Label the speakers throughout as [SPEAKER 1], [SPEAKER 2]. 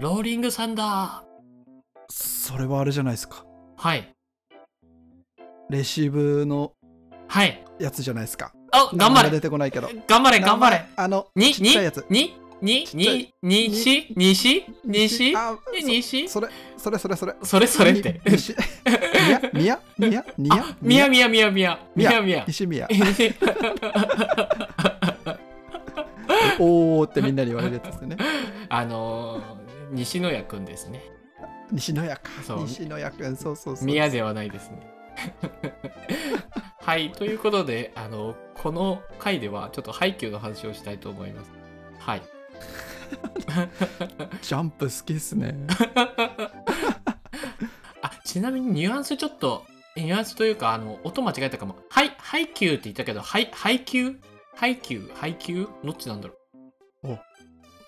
[SPEAKER 1] ドリングさんだ
[SPEAKER 2] それはあれじゃないですか
[SPEAKER 1] はい
[SPEAKER 2] レシーブの
[SPEAKER 1] はい
[SPEAKER 2] やつじゃないですか
[SPEAKER 1] あ頑張
[SPEAKER 2] 名前
[SPEAKER 1] れ
[SPEAKER 2] 出てこないけど
[SPEAKER 1] 頑張れ頑張れ
[SPEAKER 2] あの
[SPEAKER 1] に
[SPEAKER 2] ちっ
[SPEAKER 1] に
[SPEAKER 2] ちゃいやつ
[SPEAKER 1] にに
[SPEAKER 2] ちっちゃ
[SPEAKER 1] に西西西
[SPEAKER 2] あ
[SPEAKER 1] 西
[SPEAKER 2] そそれそれそれそれ
[SPEAKER 1] それそれって
[SPEAKER 2] に西宮宮宮宮
[SPEAKER 1] あみやみやみやみやみやみや
[SPEAKER 2] 西 宮おーってみんなに言われるやつですね
[SPEAKER 1] あのー西野谷くんですね
[SPEAKER 2] 西野屋か
[SPEAKER 1] そう
[SPEAKER 2] 西野屋くんそうそうそう
[SPEAKER 1] 宮ではないですね はいということであのこの回ではちょっとハイキューの話をしたいと思いますはい
[SPEAKER 2] ジャンプ好きっすね
[SPEAKER 1] あちなみにニュアンスちょっとニュアンスというかあの音間違えたかもはいハイキューって言ったけどはいハイキューハイキューハイキューどっちなんだろ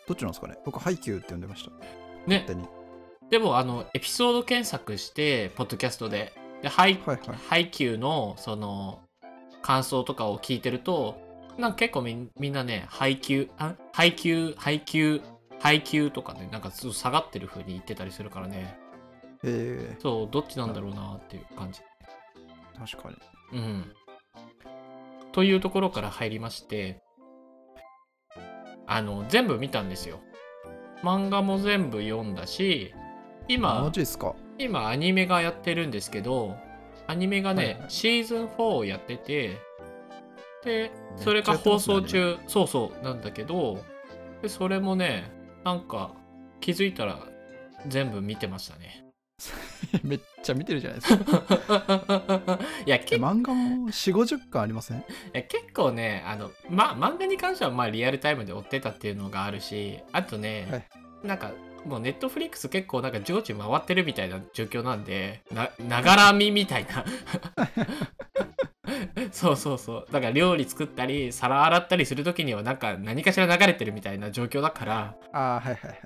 [SPEAKER 2] どっちなんですかね僕ハイキューって呼んでました
[SPEAKER 1] うね
[SPEAKER 2] 勝手に
[SPEAKER 1] でもあのエピソード検索してポッドキャストででハイ
[SPEAKER 2] はいはい
[SPEAKER 1] ハイキューのその感想とかを聞いてるとなんか結構みんみんなね配給あ配給配給配給とかねなんかちょっと下がってる風に言ってたりするからね
[SPEAKER 2] え
[SPEAKER 1] そうどっちなんだろうなっていう感じ
[SPEAKER 2] ー、確かに
[SPEAKER 1] うんというところから入りましてあの全部見たんですよ漫画も全部読んだし今
[SPEAKER 2] マジっすか
[SPEAKER 1] 今アニメがやってるんですけどアニメがね、
[SPEAKER 2] はいはい
[SPEAKER 1] シーズン4をやっててで
[SPEAKER 2] めっちゃ
[SPEAKER 1] それが
[SPEAKER 2] やって
[SPEAKER 1] 放
[SPEAKER 2] ますね
[SPEAKER 1] 送中、そうそうなんだけどでそれもねなんか気づいたら全部見てましたね
[SPEAKER 2] めっちゃ見てるじゃないですか
[SPEAKER 1] いやけい
[SPEAKER 2] 漫画も4 5 0巻ありません
[SPEAKER 1] や結構ねあの、ま、漫画に関してはまあリアルタイムで追ってたっていうのがあるしあとね、
[SPEAKER 2] はい
[SPEAKER 1] なんかもうネットフリックス結構なんか常時回ってるみたいな状況なんでなながらみみたいな そうそうそうだから料理作ったり皿洗ったりする時にはなんか何かしら流れてるみたいな状況だから
[SPEAKER 2] ああはいはいはい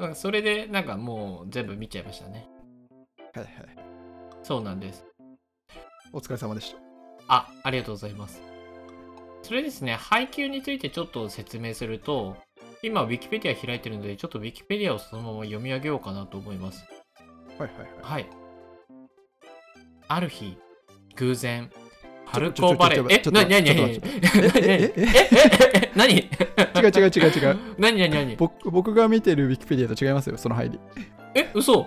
[SPEAKER 1] なんかそれでなんかもう全部見ちゃいましたね
[SPEAKER 2] はいはい
[SPEAKER 1] そうなんです
[SPEAKER 2] お疲れ様でした
[SPEAKER 1] あありがとうございますそれですね配給についてちょっと説明すると今 Wikipedia 開いてるのでちょっと Wikipedia をそのまま読み上げようかなと思います
[SPEAKER 2] はいはいはい
[SPEAKER 1] はい。ある日、偶然、パ
[SPEAKER 2] ちょ
[SPEAKER 1] ル
[SPEAKER 2] ちょ
[SPEAKER 1] コバレ
[SPEAKER 2] ちょ
[SPEAKER 1] ー。
[SPEAKER 2] ちょ
[SPEAKER 1] え
[SPEAKER 2] ちょ、
[SPEAKER 1] なになに
[SPEAKER 2] ちょ
[SPEAKER 1] な
[SPEAKER 2] っと
[SPEAKER 1] に
[SPEAKER 2] 待ってえええ
[SPEAKER 1] なに
[SPEAKER 2] 違う違う違う違う
[SPEAKER 1] なになになに
[SPEAKER 2] 僕僕が見てるウィキペディアと違いますよその入り
[SPEAKER 1] え、嘘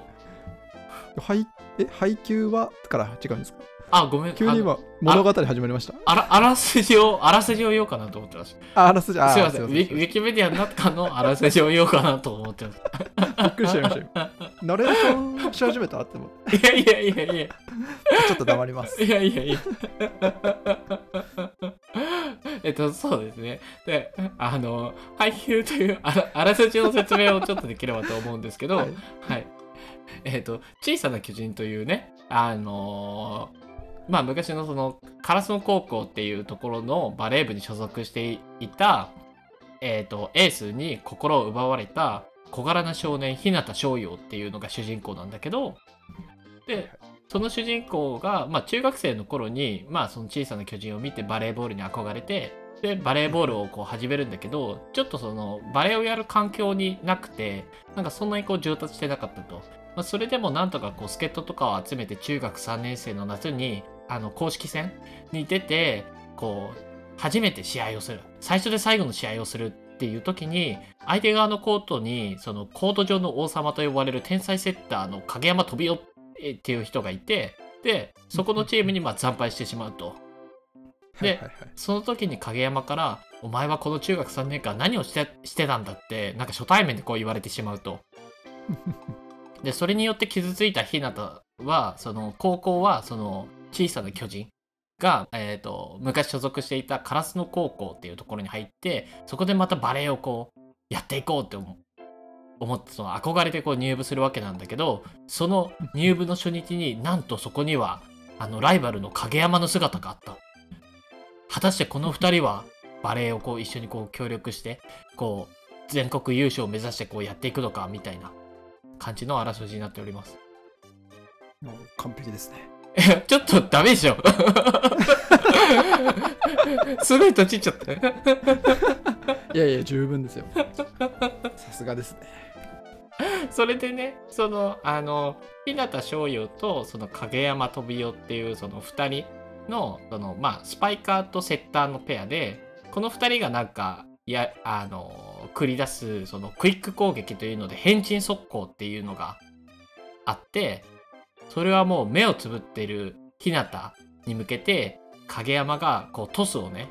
[SPEAKER 2] はいえ配給はから違うんですか
[SPEAKER 1] あ、ごめん。
[SPEAKER 2] 急に
[SPEAKER 1] あの
[SPEAKER 2] 今物語始まりました
[SPEAKER 1] あら、あらすじを、あらすじを言おうかなと思ってまし
[SPEAKER 2] ああらすじあ
[SPEAKER 1] た。
[SPEAKER 2] ー
[SPEAKER 1] すいません。
[SPEAKER 2] い
[SPEAKER 1] ウ
[SPEAKER 2] ま
[SPEAKER 1] ィキウィキペディアの中のあらすじを言おうかなと思ってまし
[SPEAKER 2] びっくりしちゃいました今ナレーションし始めたって思って
[SPEAKER 1] た。いやいやいやいや。
[SPEAKER 2] ちょっと黙ります
[SPEAKER 1] いやいやいや。 えっと、そうですね。で、あの、配給というあらあらすじの説明をちょっとできればと思うんですけど、
[SPEAKER 2] は
[SPEAKER 1] はいい、えっと、小さな巨人というね、あのーまあ、昔のその、烏野高校っていうところのバレー部に所属していた、えっと、エースに心を奪われた小柄な少年、日向翔陽っていうのが主人公なんだけど、で、その主人公が、まあ、中学生の頃に、まあ、その小さな巨人を見てバレーボールに憧れてでバレーボールをこう始めるんだけどちょっとそのバレーをやる環境になくてなんかそんなにこう上達してなかったと、まあ、それでもなんとかこう助っ人とかを集めて中学3年生の夏にあの公式戦に出てこう初めて試合をする最初で最後の試合をするっていう時に相手側のコートにそのコート上の王様と呼ばれる天才セッターの影山飛雄っていう人がいてでそこのチームにまあ惨敗してしまうと
[SPEAKER 2] はいはいはい
[SPEAKER 1] その時に影山から「お前はこの中学3年間何をしてしてたんだ」ってなんか初対面でこう言われてしまうと。でそれによって傷ついた日向はその高校はその小さな巨人が、えー、と昔所属していた烏野高校っていうところに入ってそこでまたバレエをこうやっていこうって思う思ってその憧れてこう入部するわけなんだけどその入部の初日になんとそこにはあのライバルの影山の姿があった。果たしてこの2人はバレエをこう一緒にこう協力してこう全国優勝を目指してこうやっていくのかみたいな感じのあらすじになっております
[SPEAKER 2] もう完璧ですね
[SPEAKER 1] ちょっとダメでしょ すごいとちっちゃった
[SPEAKER 2] いやいや十分ですよさすがですね
[SPEAKER 1] それでねそのあの日向翔陽とその影山飛雄っていうその2人のその、まあ、スパイカーとセッターのペアでこの2人がなんかいやあの繰り出すそのクイック攻撃というので変身速攻っていうのがあってそれはもう目をつぶってる日向に向けて影山がこうトスをね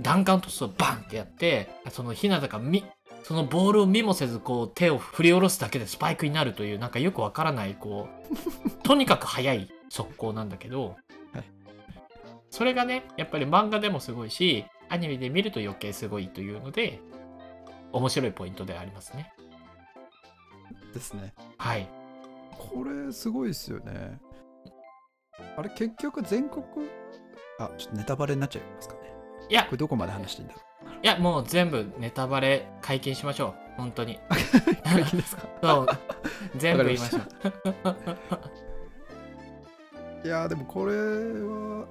[SPEAKER 1] 弾丸トスをバンってやってその日向がみそのボールを見もせずこう手を振り下ろすだけでスパイクになるというなんかよくわからないこ うとにかく速い速攻なんだけど、
[SPEAKER 2] はい
[SPEAKER 1] それがねやっぱり漫画でもすごいしアニメで見ると余計すごいというので面白いポイントでありますね
[SPEAKER 2] ですね。
[SPEAKER 1] はい
[SPEAKER 2] これすごいですよね。あれ結局全国あちょっとネタバレになっちゃいますかね。
[SPEAKER 1] いや
[SPEAKER 2] これどこまで話していいんだろ
[SPEAKER 1] いやもう全部ネタバレ解禁しましょう本当に
[SPEAKER 2] う。平気ですか。
[SPEAKER 1] そう全部言いましょう
[SPEAKER 2] わいやーでもこれは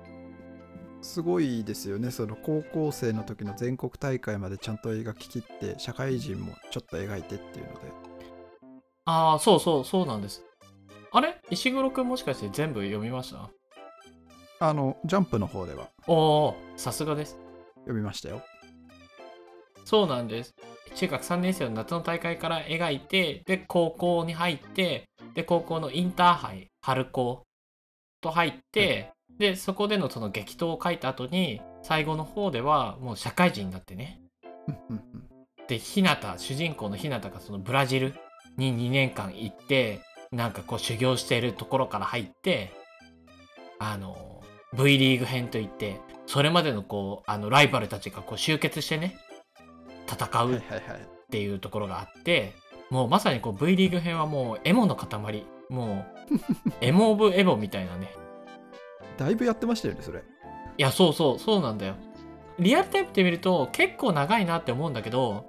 [SPEAKER 2] すごいですよね。その高校生の時の全国大会までちゃんと描ききって社会人もちょっと描いてっていうので。
[SPEAKER 1] ああそうそうそうなんですあれ石黒くんもしかして全部読みました
[SPEAKER 2] あのジャンプの方では
[SPEAKER 1] おおさすがです
[SPEAKER 2] 読みましたよ。
[SPEAKER 1] そうなんです中学3年生の夏の大会から描いてで高校に入ってで高校のインターハイ春高と入って、でそこでのその激闘を書いた後に最後の方ではもう社会人になってね
[SPEAKER 2] うんうんうん
[SPEAKER 1] で日向主人公の日向がそのブラジルに2年間行ってなんかこう修行しているところから入ってあの V リーグ編といってそれまでのこうあのライバルたちがこう集結してね戦
[SPEAKER 2] はいう
[SPEAKER 1] っ
[SPEAKER 2] はいはい。
[SPEAKER 1] ていうところがあってもうまさにこう V リーグ編はもうエモの塊も うエモ・オブ・エボみたいなね
[SPEAKER 2] だいぶやってましたよね、それ。
[SPEAKER 1] いやそうそうそうなんだよリアルタイムで見ると結構長いなって思うんだけど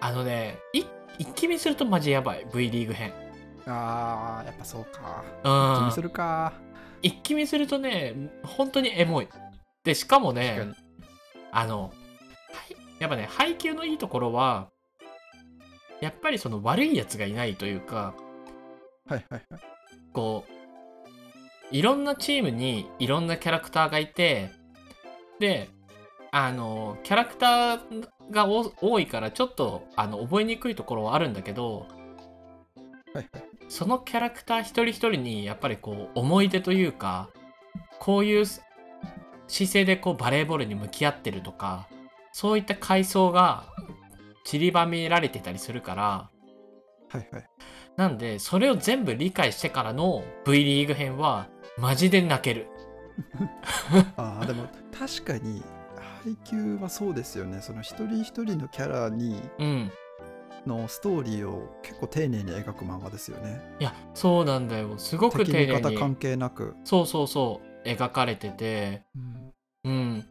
[SPEAKER 1] あのね、い一気見するとマジやばい、V リーグ編。
[SPEAKER 2] あー、やっぱそうか。
[SPEAKER 1] う
[SPEAKER 2] 気
[SPEAKER 1] ん
[SPEAKER 2] にす。るか。
[SPEAKER 1] 一気見するとね、本当にエモい。で、しかもね、
[SPEAKER 2] 確
[SPEAKER 1] あの、はいやっぱね、配給のいいところは、やっぱりその悪いやつがいないというか、
[SPEAKER 2] はいはいはい。
[SPEAKER 1] こう、いろんなチームにいろんなキャラクターがいて、で、あの、キャラクターがお多いから、ちょっと、あの、覚えにくいところはあるんだけど、
[SPEAKER 2] はいはい、
[SPEAKER 1] そのキャラクター一人一人にやっぱりこう思い出というかこういう姿勢でこうバレーボールに向き合ってるとかそういった階層が散りばめられてたりするから
[SPEAKER 2] はいはい。
[SPEAKER 1] なんでそれを全部理解してからの V リーグ編はマジで泣ける
[SPEAKER 2] あー、でも確かに、配給はそうですよね。その一人一人のキャラに
[SPEAKER 1] うん
[SPEAKER 2] のストーリーを結構丁寧に描く漫画ですよね。
[SPEAKER 1] いやそうなんだよすごく
[SPEAKER 2] 敵
[SPEAKER 1] 丁
[SPEAKER 2] 味
[SPEAKER 1] 寧
[SPEAKER 2] 方関
[SPEAKER 1] に
[SPEAKER 2] 係なく。
[SPEAKER 1] そうそうそう描かれててう
[SPEAKER 2] うん
[SPEAKER 1] ん。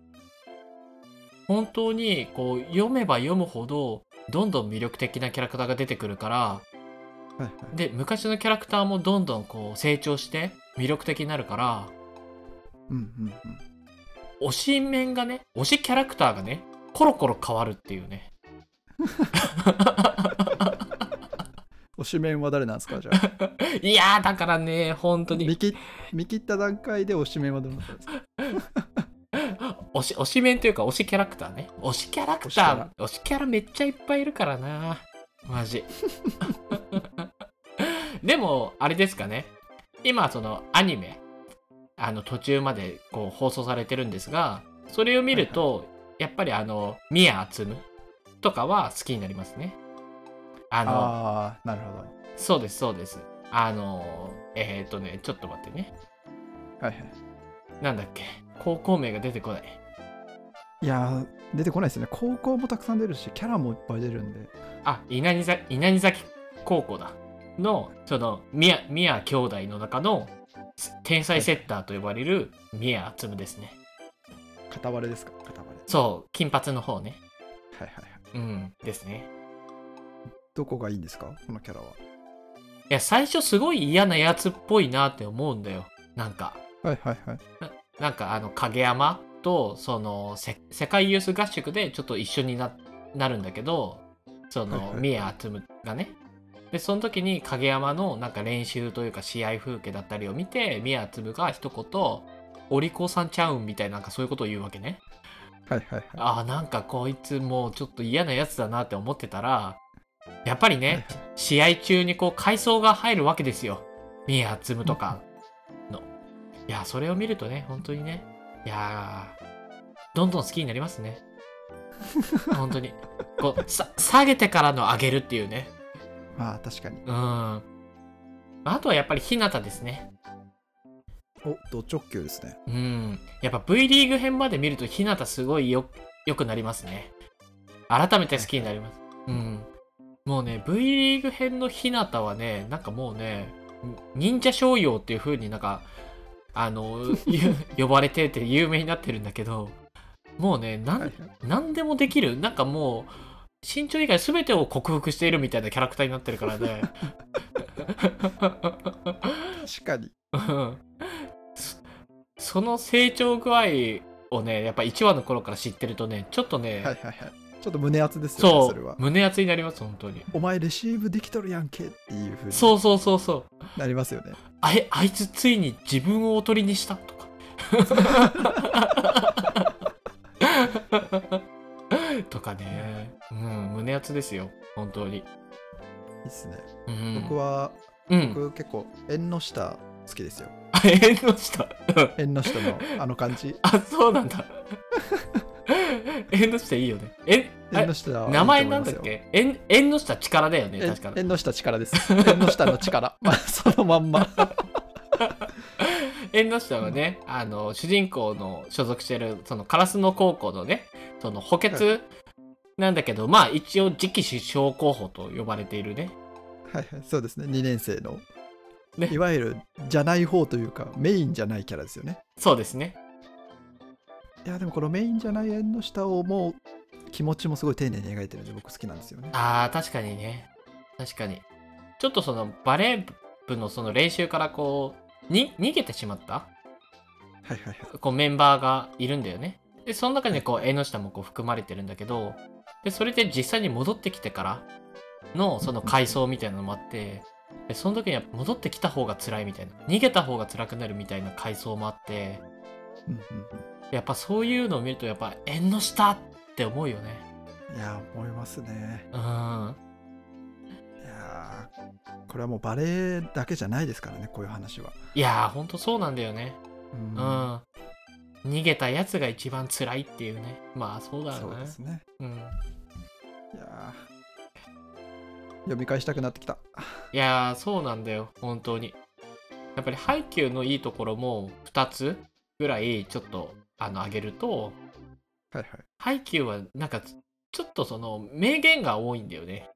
[SPEAKER 1] 本当にこう読めば読むほどどんどん魅力的なキャラクターが出てくるから
[SPEAKER 2] はいはい、
[SPEAKER 1] で昔のキャラクターもどんどんこう成長して魅力的になるから
[SPEAKER 2] うんうん
[SPEAKER 1] 推し面がね推しキャラクターがねコロコロ変わるっていうね
[SPEAKER 2] うん。推しメンは誰なんですかじゃあ。
[SPEAKER 1] いやーだからね本当
[SPEAKER 2] 見
[SPEAKER 1] に
[SPEAKER 2] 切見切った段階で推しメンはどうなったんですか
[SPEAKER 1] 推し推し面というか推しキャラクターね推しキャラクター推しキャラめっちゃいっぱいいるからなマジ でもあれですかね今そのアニメあの途中までこう放送されてるんですがそれを見ると、やっぱりあの宮つむとかは好きになりますねあの
[SPEAKER 2] ああー、なるほど。
[SPEAKER 1] そうですそうですあのえっ、とねちょっと待ってね
[SPEAKER 2] はいはい。
[SPEAKER 1] なんだっけ高校名が出てこない
[SPEAKER 2] いやー出てこないですね高校もたくさん出るしキャラもいっぱい出るんで
[SPEAKER 1] あ稲荷崎稲荷崎高校だのその宮宮兄弟の中のす天才セッターと呼ばれる宮敦夢ですね
[SPEAKER 2] 片割れですか片割れ
[SPEAKER 1] そう金髪の方ね
[SPEAKER 2] はいはいはい
[SPEAKER 1] うんですね
[SPEAKER 2] どこがいいんですかこのキャラはい
[SPEAKER 1] や最初すごい嫌なやつっぽいなって思うんだよなんか
[SPEAKER 2] はいはいはい
[SPEAKER 1] なんかあの影山とそのせ世界ユース合宿でちょっと一緒にななるんだけどそ
[SPEAKER 2] はい
[SPEAKER 1] の
[SPEAKER 2] はい
[SPEAKER 1] 宮敦夢がねでその時に影山のなんか練習というか試合風景だったりを見て宮粒が一言「お利口さんちゃうん」みたいななんかそういうことを言うわけね。
[SPEAKER 2] はいはいはい。
[SPEAKER 1] あーなんかこいつもうちょっと嫌なやつだなって思ってたらやっぱりね試合中にこう階層が入るわけですよ宮粒とかの。いやそれを見るとね本当にねいやーどんどん好きになりますね。本当にこうさ下げてからの上げるっていうね。
[SPEAKER 2] まあ確かに。
[SPEAKER 1] うん。あとはやっぱり日向ですね。
[SPEAKER 2] お、ド直球ですね。
[SPEAKER 1] うん。やっぱ V リーグ編まで見ると日向すごいよ、良くなりますね。改めて好きになります。うん。もうね、V リーグ編の日向はね、なんかもうね、忍者商用っていう風になんか、あの、 ゆ呼ばれてて有名になってるんだけど、もうね、なん、
[SPEAKER 2] はいはい。
[SPEAKER 1] 何でもできるなんかもう身長以外全てを克服しているみたいなキャラクターになってるから ね
[SPEAKER 2] 確かに。
[SPEAKER 1] うんそその成長具合をねやっぱ1話の頃から知ってるとねちょっとね、
[SPEAKER 2] はいはいはい。ちょっと胸熱ですよね、
[SPEAKER 1] そ
[SPEAKER 2] そうれは。
[SPEAKER 1] 胸熱になります本当に
[SPEAKER 2] お前レシーブできとるやんけっていう風に
[SPEAKER 1] そうそうそうそう
[SPEAKER 2] なりますよね。
[SPEAKER 1] あいあいつついに自分をおとりにしたとか とかねうん胸熱ですよ本当に、
[SPEAKER 2] いいっすね。
[SPEAKER 1] うん、
[SPEAKER 2] 僕は、
[SPEAKER 1] うん、
[SPEAKER 2] 僕結構縁の下好きですよ。
[SPEAKER 1] あ、縁の下。うん
[SPEAKER 2] 縁の 下のあの感じ。
[SPEAKER 1] あ、そうなんだ。 縁の下いいよね。え、あ
[SPEAKER 2] 縁の下はいいと
[SPEAKER 1] 名
[SPEAKER 2] 思
[SPEAKER 1] 前
[SPEAKER 2] い
[SPEAKER 1] なん
[SPEAKER 2] ま
[SPEAKER 1] だ
[SPEAKER 2] す
[SPEAKER 1] っ
[SPEAKER 2] よ。
[SPEAKER 1] け縁縁の下力だよね、
[SPEAKER 2] え
[SPEAKER 1] 確かに。
[SPEAKER 2] 縁の下力です。縁の下の 力。そのまんま。
[SPEAKER 1] 縁の下はね、あの、主人公の所属してる、その、烏野高校のね、その、補欠なんだけど、まあ、一応、次期首相候補と呼ばれているね。
[SPEAKER 2] はいはい、そうですね、2年生の。
[SPEAKER 1] ね
[SPEAKER 2] いわゆる、じゃない方というか、メインじゃないキャラですよね。
[SPEAKER 1] そうですね。
[SPEAKER 2] いや、でもこのメインじゃない縁の下をもう、気持ちもすごい丁寧に描いてるんで、僕好きなんですよね。
[SPEAKER 1] あー確かにね確かにちょっとそのバレー部のその練習からこうに逃げてしまった
[SPEAKER 2] はいはいはい。
[SPEAKER 1] こうメンバーがいるんだよねでその中にこう絵の下もこう含まれてるんだけどでそれで実際に戻ってきてからのその回想みたいなのもあってでその時には戻ってきた方が辛いみたいな逃げた方が辛くなるみたいな回想もあって
[SPEAKER 2] うんうん
[SPEAKER 1] やっぱそういうのを見るとやっぱ縁の下って思うよね
[SPEAKER 2] うん、いや、思いますね。
[SPEAKER 1] うん
[SPEAKER 2] いやー、これはもうバレエだけじゃないですからね、こういう話は。
[SPEAKER 1] いやーほんとそうなんだよね
[SPEAKER 2] う
[SPEAKER 1] う
[SPEAKER 2] ん
[SPEAKER 1] ん、逃げたやつが一番辛いっていうねまあそうだよ
[SPEAKER 2] そう
[SPEAKER 1] ね
[SPEAKER 2] ですね。
[SPEAKER 1] うん、
[SPEAKER 2] いやー読み返したくなってきた。
[SPEAKER 1] いやーそうなんだよ本当にやっぱり配給のいいところも2つぐらいちょっとあの上げると
[SPEAKER 2] はいはい。
[SPEAKER 1] 配給はなんかちょっとその名言が多いんだよね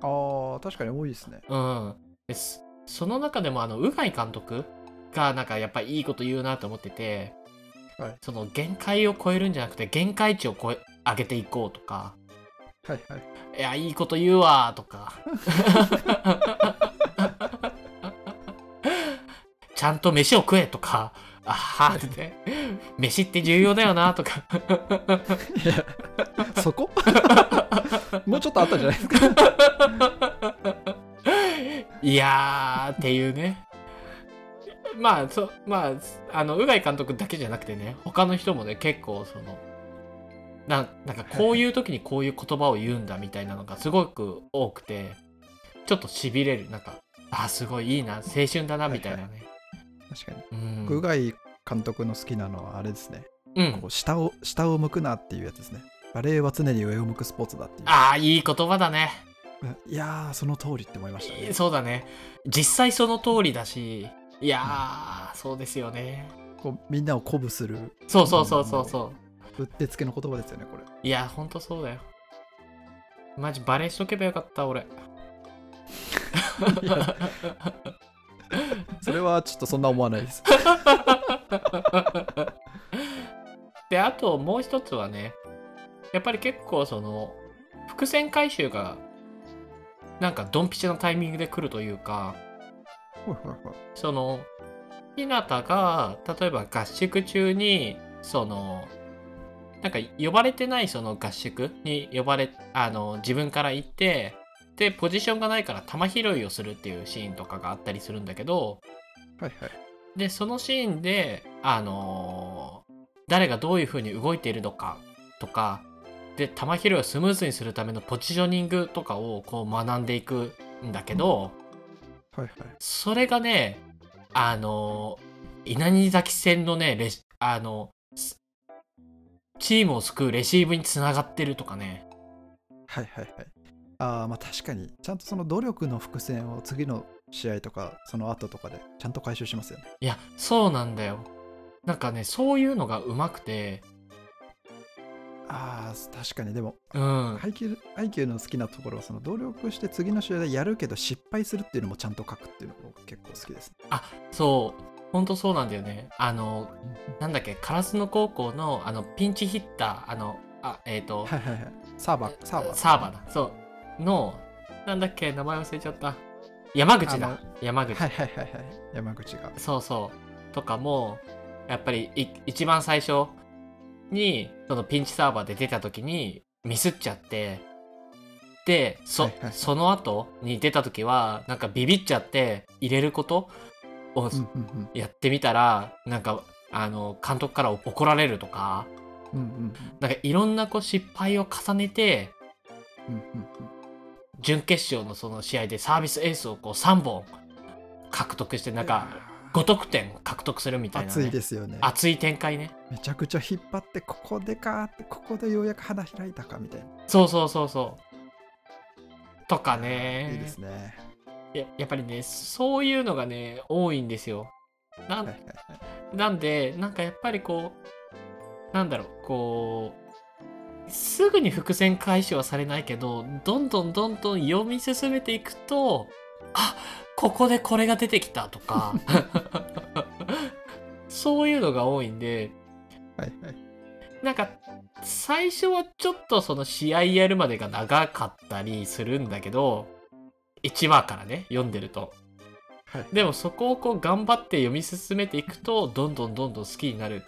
[SPEAKER 2] あー、確かに多いですね。
[SPEAKER 1] うんですその中でもあのうがい監督がなんかやっぱいいこと言うなと思ってて、
[SPEAKER 2] はい
[SPEAKER 1] その限界を超えるんじゃなくて限界値を超え上げていこうとか
[SPEAKER 2] はい はい。
[SPEAKER 1] いや、いいこと言うわ、とか。 ちゃんと飯を食えとか、あはーってね、飯って重要だよな、とか。
[SPEAKER 2] いやそこもうちょっとあったんじゃないですか
[SPEAKER 1] いやー、っていうね。まあ、そまあ、あの、うがい監督だけじゃなくてね、他の人もね、結構、その、ななんかこういう時にこういう言葉を言うんだみたいなのがすごく多くてちょっとしびれるなんかあすごいいいな青春だなみたいなね、
[SPEAKER 2] 確かに
[SPEAKER 1] うん
[SPEAKER 2] 僕うがい監督の好きなのはあれですね
[SPEAKER 1] うん
[SPEAKER 2] こう下を下を向くなっていうやつですねバレエは常に上を向くスポーツだっていう
[SPEAKER 1] ああいい言葉だね
[SPEAKER 2] いやーその通りって思いましたね
[SPEAKER 1] そうだね実際その通りだしいやーそうですよね
[SPEAKER 2] こうみんなを鼓舞する
[SPEAKER 1] そうそうそうそうそう
[SPEAKER 2] ってつけの言葉ですよねこれ
[SPEAKER 1] ういやほんとそうだよマジバレーしとけばよかった俺
[SPEAKER 2] それはちょっとそんな思わないです
[SPEAKER 1] であともう一つはねやっぱり結構その伏線回収がなんかドンピシャのタイミングで来るというか
[SPEAKER 2] ほいほいほい
[SPEAKER 1] その日向が例えば合宿中にそのなんか呼ばれてないその合宿に呼ばれあの自分から行ってでポジションがないから球拾いをするっていうシーンとかがあったりするんだけど
[SPEAKER 2] はいはい
[SPEAKER 1] でそのシーンであのー誰がどういう風に動いているのかとかで球拾いをスムーズにするためのポジショニングとかをこう学んでいくんだけど
[SPEAKER 2] はいはい
[SPEAKER 1] それがねあのー稲荷崎戦のねレシあのすチームを救うレシーブにつながってるとかね
[SPEAKER 2] はいはいはいあーまあ確かにちゃんとその努力の伏線を次の試合とかその後とかでちゃんと回収しますよね
[SPEAKER 1] いやそうなんだよなんかねそういうのがうまくて
[SPEAKER 2] あー確かにでも
[SPEAKER 1] うん
[SPEAKER 2] 配球配球の好きなところはその努力して次の試合でやるけど失敗するっていうのもちゃんと書くっていうのも僕結構好きですね
[SPEAKER 1] そうほんとそうなんだよねあのなんだっけ烏野高校のあのピンチヒッターあのあえっ、と、
[SPEAKER 2] はいはいはいサーバーサーバー
[SPEAKER 1] サーバーだそうのなんだっけ名前忘れちゃった山口
[SPEAKER 2] あの
[SPEAKER 1] だ山口
[SPEAKER 2] はいはいはいはい山口が
[SPEAKER 1] そうそうとかもやっぱりい一番最初にそのピンチサーバーで出た時にミスっちゃってでそ,、
[SPEAKER 2] はいはい
[SPEAKER 1] その後に出た時はなんかビビっちゃって入れることを
[SPEAKER 2] うんうん
[SPEAKER 1] やってみたら、なんかあの監督から怒られるとか
[SPEAKER 2] うんうんうん
[SPEAKER 1] なんかいろんなこう失敗を重ねて
[SPEAKER 2] うんうんうん
[SPEAKER 1] 準決勝のその試合でサービスエースをこう3本獲得してなんか5得点獲得するみたいな、ね、
[SPEAKER 2] 熱いですよね
[SPEAKER 1] 熱い展開ね
[SPEAKER 2] めちゃくちゃ引っ張ってここでかーってここでようやく花開いたかみたいな
[SPEAKER 1] そうそうそうそうとかね
[SPEAKER 2] いいですね
[SPEAKER 1] ややっぱりねそういうのがね多いんですよな
[SPEAKER 2] はいは
[SPEAKER 1] ん
[SPEAKER 2] いはい
[SPEAKER 1] なんでなんかやっぱりこうなんだろうこうすぐに伏線回収はされないけどどんどんどんどん読み進めていくとあここでこれが出てきたとか そういうのが多いんで
[SPEAKER 2] はいはい
[SPEAKER 1] なんか最初はちょっとその試合やるまでが長かったりするんだけど1話からね読んでると
[SPEAKER 2] はい
[SPEAKER 1] でもそこをこう頑張って読み進めていくとどんどんどんどん好きになる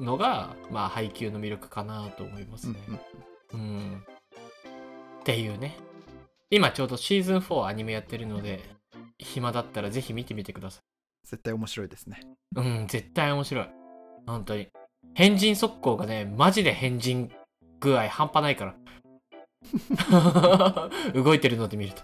[SPEAKER 1] のがまあ配給の魅力かなと思います
[SPEAKER 2] うん
[SPEAKER 1] ね
[SPEAKER 2] う
[SPEAKER 1] う
[SPEAKER 2] ん
[SPEAKER 1] ん、っていうね今ちょうどシーズン4アニメやってるので暇だったらぜひ見てみてくださ
[SPEAKER 2] 絶対面白いですね
[SPEAKER 1] いうん絶対面白い本当に変人速攻がねマジで変人具合半端ない から動いてるので見ると